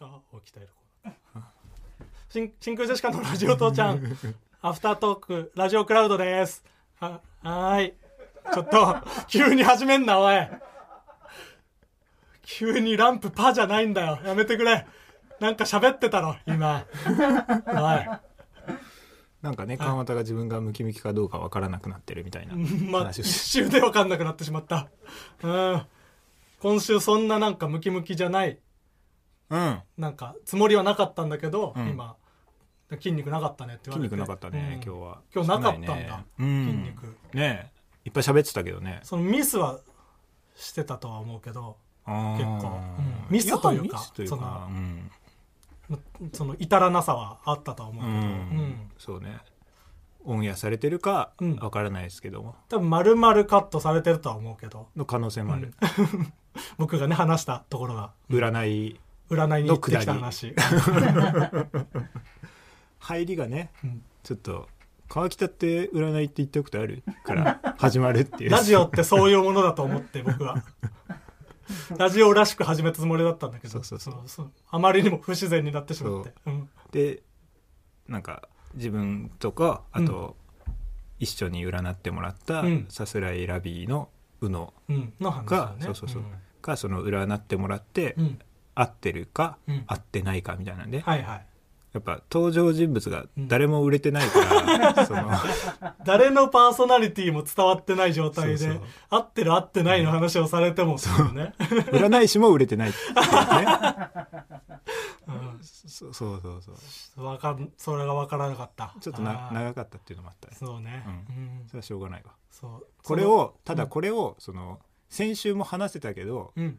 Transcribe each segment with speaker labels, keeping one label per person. Speaker 1: が起きたいところ 真真空ジェシカのラジオ父ちゃ んアフタートークラジオクラウドですははーいちょっと 急に始めんなおい急にランプパじゃないんだよやめてくれなんか喋ってたろ今お
Speaker 2: なんかね川又が自分がムキムキかどうかわからなくなってるみたいない
Speaker 1: まあ
Speaker 2: 話を
Speaker 1: 一
Speaker 2: し
Speaker 1: 瞬で分かんなくなってしまったうん今週そんななんかムキムキじゃない
Speaker 2: うん
Speaker 1: なんかつもりはなかったんだけど、
Speaker 2: うん
Speaker 1: 今筋肉なかったねって言わ
Speaker 2: 筋
Speaker 1: れて
Speaker 2: 肉なかったね、
Speaker 1: うん
Speaker 2: 今日は
Speaker 1: 今日なかったんだ
Speaker 2: 少いねうん、
Speaker 1: 筋肉
Speaker 2: ねえいっぱい喋ってたけどね
Speaker 1: そのミスはしてたとは思うけど
Speaker 2: 結
Speaker 1: 構うんミスというか
Speaker 2: ミスという
Speaker 1: そ
Speaker 2: か
Speaker 1: の
Speaker 2: うん
Speaker 1: その至らなさはあったとは思う
Speaker 2: う
Speaker 1: けど、
Speaker 2: んそうねオンエアされてるか
Speaker 1: うん
Speaker 2: わからないですけども、
Speaker 1: 多分丸々カットされてるとは思うけど
Speaker 2: の可能性もある、
Speaker 1: 僕がね話したところが
Speaker 2: 占い
Speaker 1: 占いに行ってきた話、
Speaker 2: 入りがね
Speaker 1: うん
Speaker 2: ちょっと川北って占いって言ったことあるから始まるっていう
Speaker 1: ラジオってそういうものだと思って僕 はラジオらしく始めたつもりだったんだけど
Speaker 2: そうそうそう
Speaker 1: ののあまりにも不自然になってしまってうん
Speaker 2: でなんか自分とかあと、一緒に占ってもらった
Speaker 1: うん
Speaker 2: さすらいラビーの宇野
Speaker 1: うんの話だ
Speaker 2: が
Speaker 1: よ、ね
Speaker 2: そうそうそう、かその占ってもらって、
Speaker 1: うんうん
Speaker 2: 合ってるか、
Speaker 1: うん
Speaker 2: 合ってないかみたいなんで、
Speaker 1: はいはい
Speaker 2: やっぱ登場人物が誰も売れてないか ら、その
Speaker 1: 誰のパーソナリティも伝わってない状態で
Speaker 2: そうそう
Speaker 1: 合ってる合ってないの話をされてもそうね、
Speaker 2: 占い師も売れてないっていうね
Speaker 1: うん
Speaker 2: そそうそうそう
Speaker 1: わかんそれが分からなかった
Speaker 2: ちょっとな
Speaker 1: あー
Speaker 2: 長かったっていうのもあったね
Speaker 1: そうね、
Speaker 2: う
Speaker 1: うん
Speaker 2: それはしょうがないわ
Speaker 1: そう
Speaker 2: これをただこれをその先週も話せたけど、
Speaker 1: うん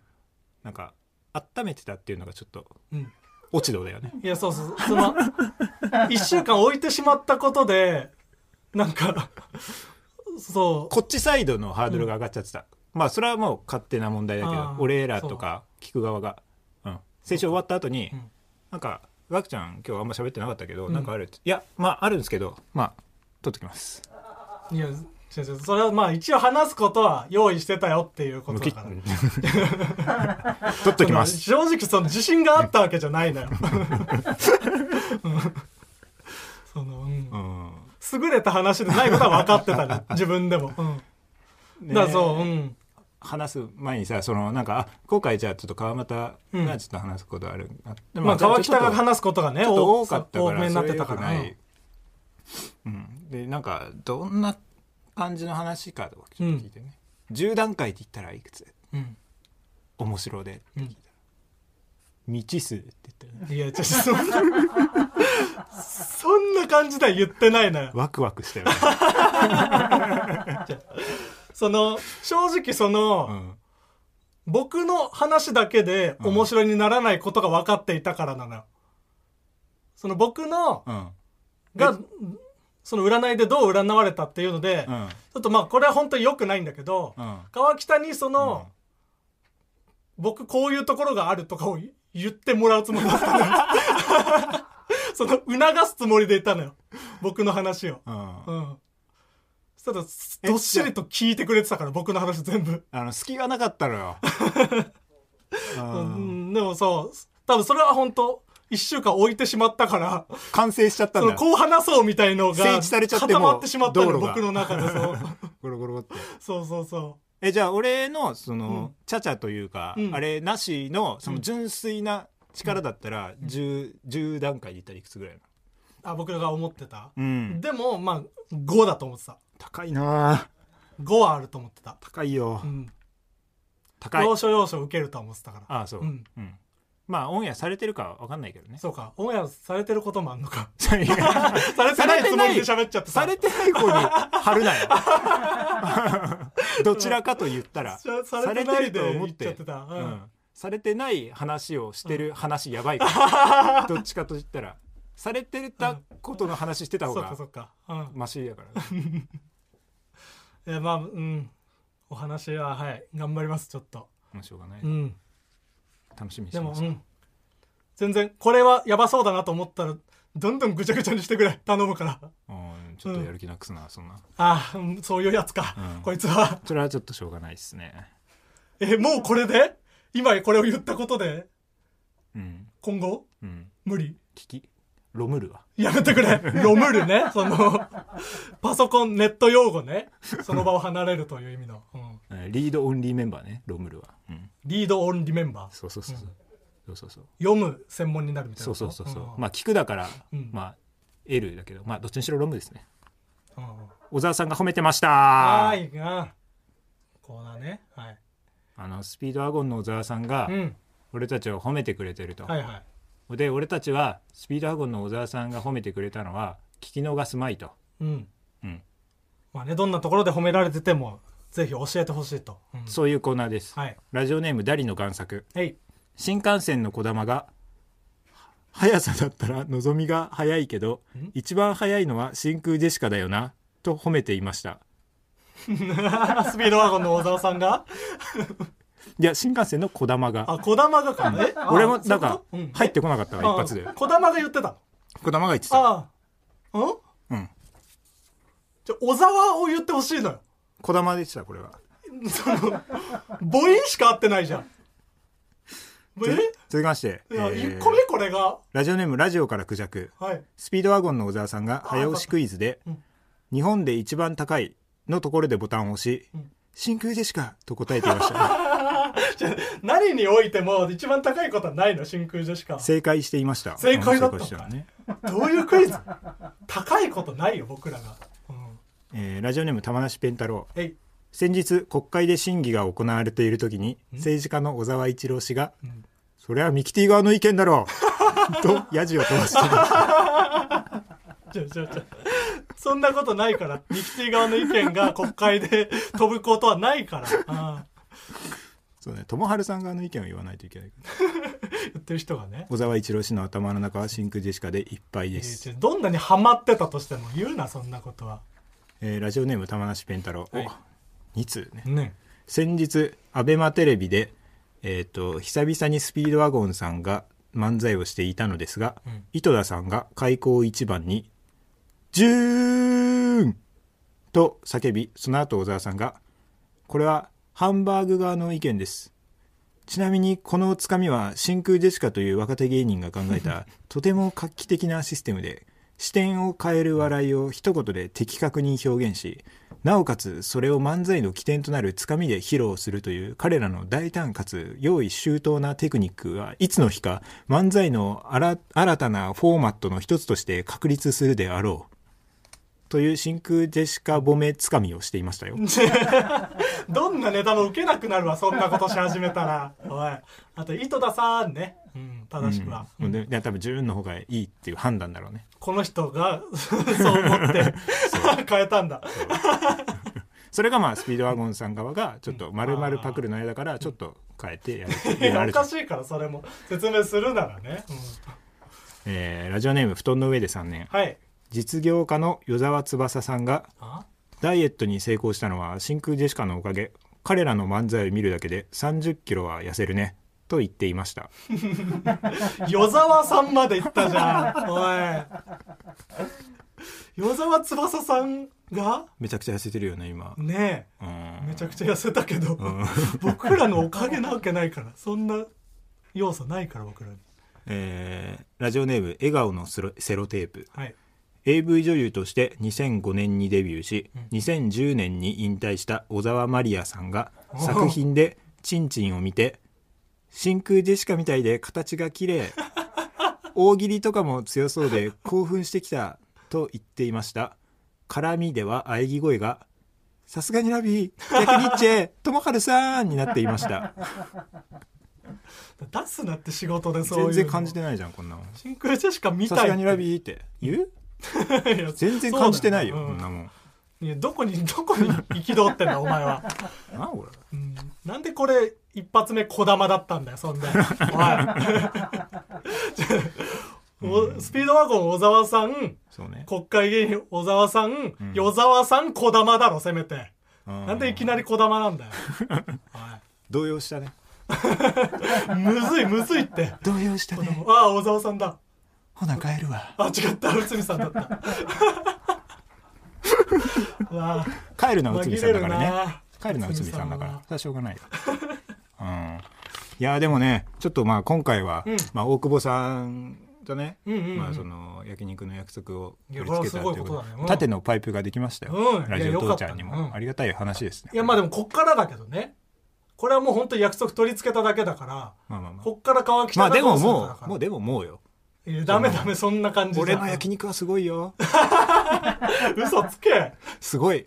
Speaker 2: なんか温めてたっていうのがちょっと
Speaker 1: うん
Speaker 2: 落ち度だよね
Speaker 1: いやそうそうその 一週間置いてしまったことでなんかそ
Speaker 2: こっちサイドのハードルが上がっちゃってた、まあそれはもう勝手な問題だけ
Speaker 1: あ
Speaker 2: ど
Speaker 1: ー
Speaker 2: 俺らとか聞く側が、うん、先週終わった後に、
Speaker 1: うん
Speaker 2: なんかガクちゃん今日あんま喋ってなかったけど、
Speaker 1: うん
Speaker 2: なんかあるっていやまああるんですけどまあ取っときます
Speaker 1: ういや違う違うそれはまあ一応話すことは用意してたよっていうこ
Speaker 2: む
Speaker 1: とだ
Speaker 2: き
Speaker 1: から
Speaker 2: 取 っときます
Speaker 1: その正直その自信があったわけじゃないのよ うんその、うん
Speaker 2: うん
Speaker 1: 優れた話でないことは分かってたね自分でも、うん
Speaker 2: ね
Speaker 1: だからそううん
Speaker 2: 話す前にさそのなんかあ今回じゃあちょっと川俣
Speaker 1: う
Speaker 2: が
Speaker 1: ん
Speaker 2: ちょっと話すことある、あ
Speaker 1: まあ川北が
Speaker 2: ちょっと
Speaker 1: 話すことがね
Speaker 2: ちょっと
Speaker 1: 多
Speaker 2: 多かったか
Speaker 1: 多
Speaker 2: ら
Speaker 1: めになってたか
Speaker 2: そ
Speaker 1: ら
Speaker 2: れは良くない、うん、でなんかどんな感じの話かとかちょっと聞いてね、10段階って言ったらいくつ
Speaker 1: うん
Speaker 2: 面白でって聞いたら、未知数って言ったよね
Speaker 1: いやちょっとそんなそんな感じでは言ってないのよ
Speaker 2: ワクワクしたよね、
Speaker 1: その正直その、
Speaker 2: うん、
Speaker 1: 僕の話だけで面白いにならないことが分かっていたからなのよその僕の
Speaker 2: うん
Speaker 1: がその占いでどう占われたっていうので、
Speaker 2: うん
Speaker 1: ちょっとまあこれは本当に良くないんだけど、
Speaker 2: うん
Speaker 1: 川北にその、
Speaker 2: うん
Speaker 1: 僕こういうところがあるとかを言ってもらうつもりだったのよ その促すつもりでいたのよ僕の話を
Speaker 2: うん
Speaker 1: うんただどっしりと聞いてくれてたから僕の話全部、
Speaker 2: あの隙がなかったの よ、う、
Speaker 1: うんん、でもそう多分それは本当一週間置いてしまったから
Speaker 2: 完成しちゃった
Speaker 1: そ
Speaker 2: ん
Speaker 1: の
Speaker 2: だ
Speaker 1: こう話そうみたいの
Speaker 2: 整
Speaker 1: が
Speaker 2: 地されちゃって
Speaker 1: 固ま
Speaker 2: も
Speaker 1: っ
Speaker 2: う
Speaker 1: てしまったの
Speaker 2: 道路が
Speaker 1: 僕の中で そう
Speaker 2: ゴロゴロゴロって
Speaker 1: そうそうそ
Speaker 2: えじゃあ俺のそうの
Speaker 1: ん、
Speaker 2: チャチャというか、
Speaker 1: うん
Speaker 2: あれなしのその
Speaker 1: うん
Speaker 2: 純粋な力だったら 10,、10段階でいったらいくつぐらいな
Speaker 1: うあ僕らが思ってた、
Speaker 2: の、うん、
Speaker 1: でもまあ5だと思ってた
Speaker 2: 高いなあ
Speaker 1: 5はあると思ってた、
Speaker 2: 高いよ、
Speaker 1: うん、
Speaker 2: 高い
Speaker 1: 要所要所受けるとは思ってたから
Speaker 2: ああそう、
Speaker 1: う
Speaker 2: うんんまあオンエアされてるかは分かんないけどね
Speaker 1: そうかオンエアされてることもあんのか
Speaker 2: いや
Speaker 1: されてないつもりで喋っちゃって
Speaker 2: されてない方に貼るなよ どちらかと言ったら
Speaker 1: さされてないで言っちゃってた、う
Speaker 2: うんん、されてない話をしてる話やば いから、どっちかと言ったらされてたことの話してた方
Speaker 1: そっか
Speaker 2: が
Speaker 1: そっか、うん
Speaker 2: マシやから、
Speaker 1: いやまあうんお話ははい頑張りますちょっと
Speaker 2: もうしょうがない、
Speaker 1: うん
Speaker 2: 楽しみにし
Speaker 1: で
Speaker 2: て
Speaker 1: もう
Speaker 2: ます、
Speaker 1: ん全然これはやばそうだなと思ったらどんどんぐちゃぐちゃにしてくれ頼むから
Speaker 2: うん、ちょっとやる気なくすな、そんな
Speaker 1: ああうんそういうやつか、
Speaker 2: うん
Speaker 1: こいつは
Speaker 2: それはちょっとしょうがないですね
Speaker 1: えもうこれで今これを言ったことで
Speaker 2: うん
Speaker 1: 今後
Speaker 2: うん
Speaker 1: 無理
Speaker 2: 聞きロムルは
Speaker 1: やめてくれロムルねそのパソコンネット用語ねその場を離れるという意味の、うん
Speaker 2: えーリードオンリーメンバーねロムルは、うん、
Speaker 1: リードオンリメンバー
Speaker 2: そうそうそうそうそうそう
Speaker 1: 読む専門になるみたい
Speaker 2: そ
Speaker 1: な
Speaker 2: うそうそうそう、
Speaker 1: ま
Speaker 2: まあ聞くだから、
Speaker 1: うん
Speaker 2: まあ L だけどまあどっちにしろロムですね
Speaker 1: あ、うんうん
Speaker 2: 小沢さんが褒めてました
Speaker 1: はーいあコーナーねはい、
Speaker 2: あのスピードワゴンの小沢さんが
Speaker 1: うん、
Speaker 2: 俺たちを褒めてくれてると、
Speaker 1: はいはい
Speaker 2: で俺たちはスピードワゴンの小沢さんが褒めてくれたのは聞き逃すまいと、
Speaker 1: うん
Speaker 2: うん
Speaker 1: まあねどんなところで褒められててもぜひ教えてほしいと、うん
Speaker 2: そういうコーナーです、
Speaker 1: はい
Speaker 2: ラジオネームダリの贋作
Speaker 1: はい
Speaker 2: 新幹線のこだまが速さだったらのぞみが速いけど
Speaker 1: ん
Speaker 2: 一番速いのは真空ジェシカだよなと褒めていました
Speaker 1: スピードワゴンの小沢さんが
Speaker 2: いや新幹線のこだまが
Speaker 1: あ小玉がかえ
Speaker 2: 俺も
Speaker 1: あ
Speaker 2: なんか
Speaker 1: そういうこと
Speaker 2: 入ってこなかったわ
Speaker 1: うん
Speaker 2: 一発で
Speaker 1: あ小玉が言ってたの
Speaker 2: こだまが言ってた
Speaker 1: ああうん
Speaker 2: うん
Speaker 1: じゃ小沢を言ってほしいのよ
Speaker 2: こだまでしたこれは
Speaker 1: その母音しか合ってないじゃんえ
Speaker 2: 続きまして、
Speaker 1: いや、
Speaker 2: えー
Speaker 1: 1個目これが
Speaker 2: ラジオネームラジオからクジャク
Speaker 1: はい
Speaker 2: スピードワゴンの小沢さんが早押しクイズで
Speaker 1: うん
Speaker 2: 「日本で一番高い」のところでボタンを押し
Speaker 1: うん
Speaker 2: 「真空ジェシカ」と答えていました
Speaker 1: じゃあ何においても一番高いことはないの真空ジェシカ
Speaker 2: 正解していました
Speaker 1: 正解だった
Speaker 2: この人はね
Speaker 1: どういうクイズ高いことないよ僕らが、うん、
Speaker 2: えーラジオネーム玉梨ペンタロウ
Speaker 1: えい
Speaker 2: 先日国会で審議が行われている時に政治家の小沢一郎氏が
Speaker 1: ん
Speaker 2: 「それはミキティ側の意見だろう」 とヤジを飛ばした
Speaker 1: ちょちょちょそんなことないからミキティ側の意見が国会で飛ぶことはないからああ
Speaker 2: そうね友春さん側の意見を言わないといけない
Speaker 1: 言ってる人がね
Speaker 2: 小沢一郎氏の頭の中は真空ジェシカでいっぱいです、
Speaker 1: いやどんなにハマってたとしても言うなそんなことは
Speaker 2: えーラジオネーム玉梨ペンタロウ、
Speaker 1: はい
Speaker 2: お2通ね
Speaker 1: ね
Speaker 2: 先日アベマテレビで、えー、と久々にスピードワゴンさんが漫才をしていたのですが、
Speaker 1: うん
Speaker 2: 井戸田さんが開口一番に「ジューン!」と叫びその後小沢さんが「これはハンバーグ側の意見です」ちなみにこのつかみは真空ジェシカという若手芸人が考えたとても画期的なシステムで視点を変える笑いを一言で的確に表現しなおかつそれを漫才の起点となるつかみで披露するという彼らの大胆かつ用意周到なテクニックはいつの日か漫才の新新たなフォーマットの一つとして確立するであろうという真空ジェシカ褒めつかみをしていましたよ。
Speaker 1: どんなネタも受けなくなるわそんなことし始めたらおいあと井戸田さんね、うん、正しくは、
Speaker 2: うん、でいや多分ジューンの方がいいっていう判断だろうね。
Speaker 1: この人が そう思って変えたんだ
Speaker 2: それがまあスピードワゴンさん側がちょっと丸々パクるの間だからちょっと変えてやる
Speaker 1: いや
Speaker 2: やら
Speaker 1: お
Speaker 2: れ
Speaker 1: か
Speaker 2: た
Speaker 1: しいからそれも説明するならね、うん
Speaker 2: えーラジオネーム布団の上で3年
Speaker 1: はい
Speaker 2: 実業家の与沢翼さんが
Speaker 1: あ
Speaker 2: ダイエットに成功したのは真空ジェシカのおかげ彼らの漫才を見るだけで30キロは痩せるねと言っていました
Speaker 1: 与沢さんまで行ったじゃんおい与沢翼さんが
Speaker 2: めちゃくちゃ痩せてるよね今
Speaker 1: ね
Speaker 2: う
Speaker 1: えめ
Speaker 2: ん
Speaker 1: ちゃくちゃ痩せたけど、
Speaker 2: ん
Speaker 1: 僕らのおかげなわけないからそんな要素ないから僕らに
Speaker 2: えーラジオネーム笑顔のセロセロテープ
Speaker 1: はい
Speaker 2: AV 女優として2005年にデビューし、
Speaker 1: うん
Speaker 2: 2010年に引退した小沢マリアさんが
Speaker 1: おー
Speaker 2: 作品でチンチンを見て真空ジェシカみたいで形が 綺麗大喜利とかも強そうで興奮してきたと言っていました絡みでは喘ぎ声がさすがにラビー逆ニッチェ友春さんになっていました
Speaker 1: 出すなって仕事 でそういう
Speaker 2: 全
Speaker 1: の
Speaker 2: 然感じてないじゃんこんなもん
Speaker 1: 真空ジェシカ見た
Speaker 2: さ
Speaker 1: い
Speaker 2: すがにラビーって言う
Speaker 1: いや
Speaker 2: 全然感じてないよ
Speaker 1: そうだう
Speaker 2: こ
Speaker 1: ん
Speaker 2: んなもん
Speaker 1: いやどこに どこに憤ってんだお前は
Speaker 2: なあこれ
Speaker 1: うんなんでこれ一発目小玉だったんだよそんでおい おスピードワゴン小沢さん
Speaker 2: そうね
Speaker 1: 国会議員小沢さん、
Speaker 2: ん
Speaker 1: 与沢さん小玉だろせめてな
Speaker 2: なん
Speaker 1: でいきなり小玉なん だよ
Speaker 2: 動揺したね
Speaker 1: おいむずいむずいって
Speaker 2: 動揺した
Speaker 1: ああ小沢さんだ
Speaker 2: ほな帰るわ
Speaker 1: あ違った内海さん だったわあ
Speaker 2: 帰るのは内海
Speaker 1: 紛
Speaker 2: さん
Speaker 1: れ
Speaker 2: だか
Speaker 1: る
Speaker 2: らね
Speaker 1: な
Speaker 2: 帰るのは内海さんだから
Speaker 1: 内海さんは
Speaker 2: それはしょうがないようんいやでもねちょっとまあ今回は、
Speaker 1: うん
Speaker 2: まあ、大久保さんとね、
Speaker 1: うんうんうん
Speaker 2: まあ、その焼肉の約束を
Speaker 1: いや
Speaker 2: 取り付けた
Speaker 1: これはすごい
Speaker 2: ということ
Speaker 1: ことだねうん
Speaker 2: 縦のパイプができましたよ、
Speaker 1: うんいや
Speaker 2: ラジオ父ちゃんに
Speaker 1: よかったね
Speaker 2: も、
Speaker 1: うん
Speaker 2: ありがたい話ですね
Speaker 1: いやまあでもこっからだけどねこれはもう本当に約束取り付けただけだから
Speaker 2: まあまあまあ
Speaker 1: こっから川北
Speaker 2: ま
Speaker 1: が
Speaker 2: あで
Speaker 1: ど
Speaker 2: も
Speaker 1: うするかだ
Speaker 2: も
Speaker 1: か
Speaker 2: う
Speaker 1: ら
Speaker 2: もうでももうよ
Speaker 1: いやダメダメそんな感じじゃん
Speaker 2: 俺の焼肉はすごいよ
Speaker 1: 嘘つけ
Speaker 2: すごい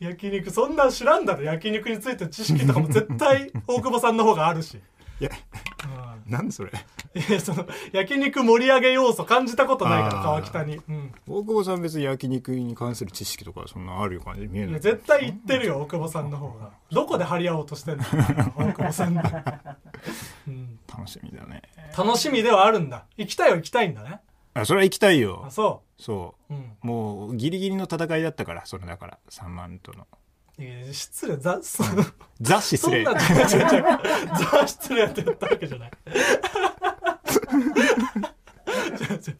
Speaker 1: 焼肉そんな知らんだろ焼肉について知識とかも絶対大久保さんの方があるし、
Speaker 2: いや
Speaker 1: う
Speaker 2: なんでそれ
Speaker 1: ん、いやその焼肉盛り上げ要素感じたことないから
Speaker 2: あー
Speaker 1: 川北に、うん、
Speaker 2: 大久保さん別に焼肉に関する知識とかそんなあるような感じに見え
Speaker 1: い
Speaker 2: な
Speaker 1: や
Speaker 2: い
Speaker 1: 絶対言ってるよ大久保さんの方がどこで張り合おうと してんの大久保さんに、うん、
Speaker 2: 楽しみだね
Speaker 1: 楽しみではあるんだ行きたいは行きたいんだね
Speaker 2: あそれは行きたい
Speaker 1: あ
Speaker 2: よ
Speaker 1: そ
Speaker 2: そう
Speaker 1: うん
Speaker 2: うもうギリギリの戦いだったからそれだから3万との
Speaker 1: いや失礼ざその
Speaker 2: ザ失
Speaker 1: そん
Speaker 2: 礼
Speaker 1: な違う違う違うざ失礼って言ったわけじ ゃない違う違う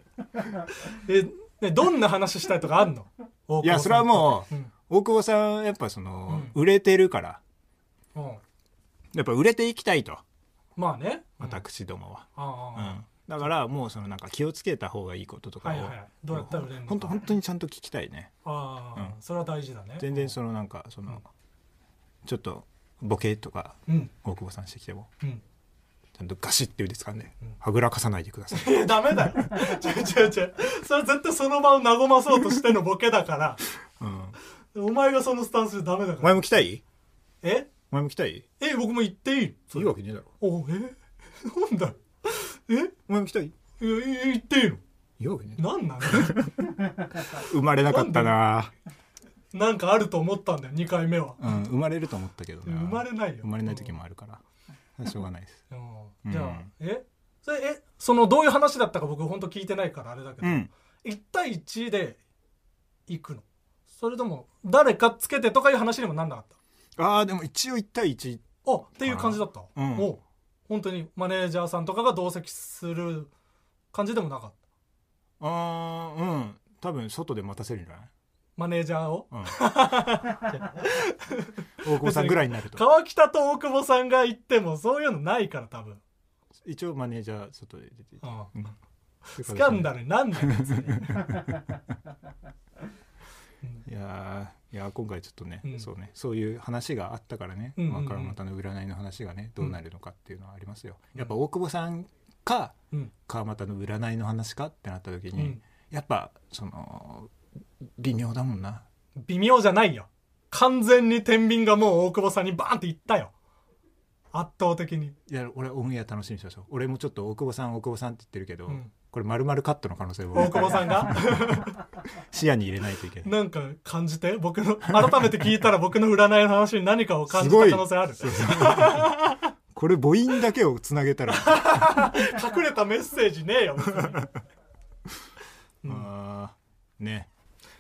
Speaker 1: え、ね、どんな話したいとかあんの大久保さん
Speaker 2: いやそれはもう、
Speaker 1: うん
Speaker 2: 大久保さんやっぱその、売れてるから
Speaker 1: う、ん、
Speaker 2: やっぱ売れていきたいと
Speaker 1: まあね、うん、あ
Speaker 2: 私どもは、
Speaker 1: あ
Speaker 2: うん
Speaker 1: ああ
Speaker 2: だからもうそのなんか気をつけた方がいいこととか
Speaker 1: は
Speaker 2: を、
Speaker 1: いはいどうやったら売れるのか
Speaker 2: 本当本当にちゃんと聞きたいね
Speaker 1: ああ、それは大事だね
Speaker 2: 全然そのなんかその、ちょっとボケとか
Speaker 1: うん
Speaker 2: 大久保さんしてきても
Speaker 1: うん
Speaker 2: ちゃんとガシッて腕掴んで、はぐらかさないでください
Speaker 1: いや ダメだよ違う違う違うそれは絶対その場を和まそうとしてのボケだから、お前がそのスタンスでダメだ
Speaker 2: お
Speaker 1: か
Speaker 2: 前
Speaker 1: ら
Speaker 2: も来たい
Speaker 1: え
Speaker 2: お前も来たい
Speaker 1: え僕も言っていい
Speaker 2: いいわけねえだろ
Speaker 1: おえ なんだえ
Speaker 2: お前も来たいい
Speaker 1: いやいや言っていいの
Speaker 2: いわけねえ
Speaker 1: なんなの
Speaker 2: 生まれなかったな
Speaker 1: なんかあると思ったんだよ2回目は
Speaker 2: うん、生まれると思ったけど
Speaker 1: 生
Speaker 2: な
Speaker 1: まれないよ
Speaker 2: 生まれない時もあるからしょうがないです
Speaker 1: うんじゃあ、
Speaker 2: うん
Speaker 1: えそれえそのどういう話だったか僕本当聞いてないからあれだけど、
Speaker 2: うん
Speaker 1: 1対1で行くのそれとも誰かつけてとかいう話にもなんなかった
Speaker 2: ああでも一応1対1
Speaker 1: あっていう感じだった、
Speaker 2: あうん
Speaker 1: お本当にマネージャーさんとかが同席する感じでもなかった
Speaker 2: ああうん多分外で待たせるんじゃない
Speaker 1: マネージャーを
Speaker 2: 大久保さんぐらいになると
Speaker 1: 川北と大久保さんが行ってもそういうのないから多分、
Speaker 2: 一応マネージャー外で出て
Speaker 1: うん
Speaker 2: ス
Speaker 1: スキャンダルになんない別に
Speaker 2: いやーいやー今回ちょっとね、
Speaker 1: うん
Speaker 2: そうねそういう話があったからね、
Speaker 1: うんうんうん
Speaker 2: まあ川又の占いの話がねどうなるのかっていうのはありますよ、やっぱ大久保さんか
Speaker 1: うん
Speaker 2: 川又の占いの話かってなった時
Speaker 1: う
Speaker 2: に、
Speaker 1: ん
Speaker 2: やっぱその微妙だもんな
Speaker 1: 微妙じゃないよ完全に天秤がもう大久保さんにバーンって行ったよ圧倒的に
Speaker 2: いや俺オンエア楽しみにしましょう俺もちょっと大久保さん大久保さんって言ってるけど、
Speaker 1: うん
Speaker 2: これ丸々カットの可能性を
Speaker 1: 大久保さんが
Speaker 2: 視野に入れないといけない
Speaker 1: なんか感じて僕の改めて聞いたら僕の占いの話に何かを感じた可能性ある
Speaker 2: そうそうこれ母音だけをつなげたら、
Speaker 1: 隠れたメッセージねえよ別に
Speaker 2: あーね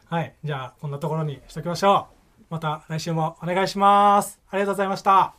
Speaker 1: はいじゃあこんなところにしときましょうまた来週もお願いしますありがとうございました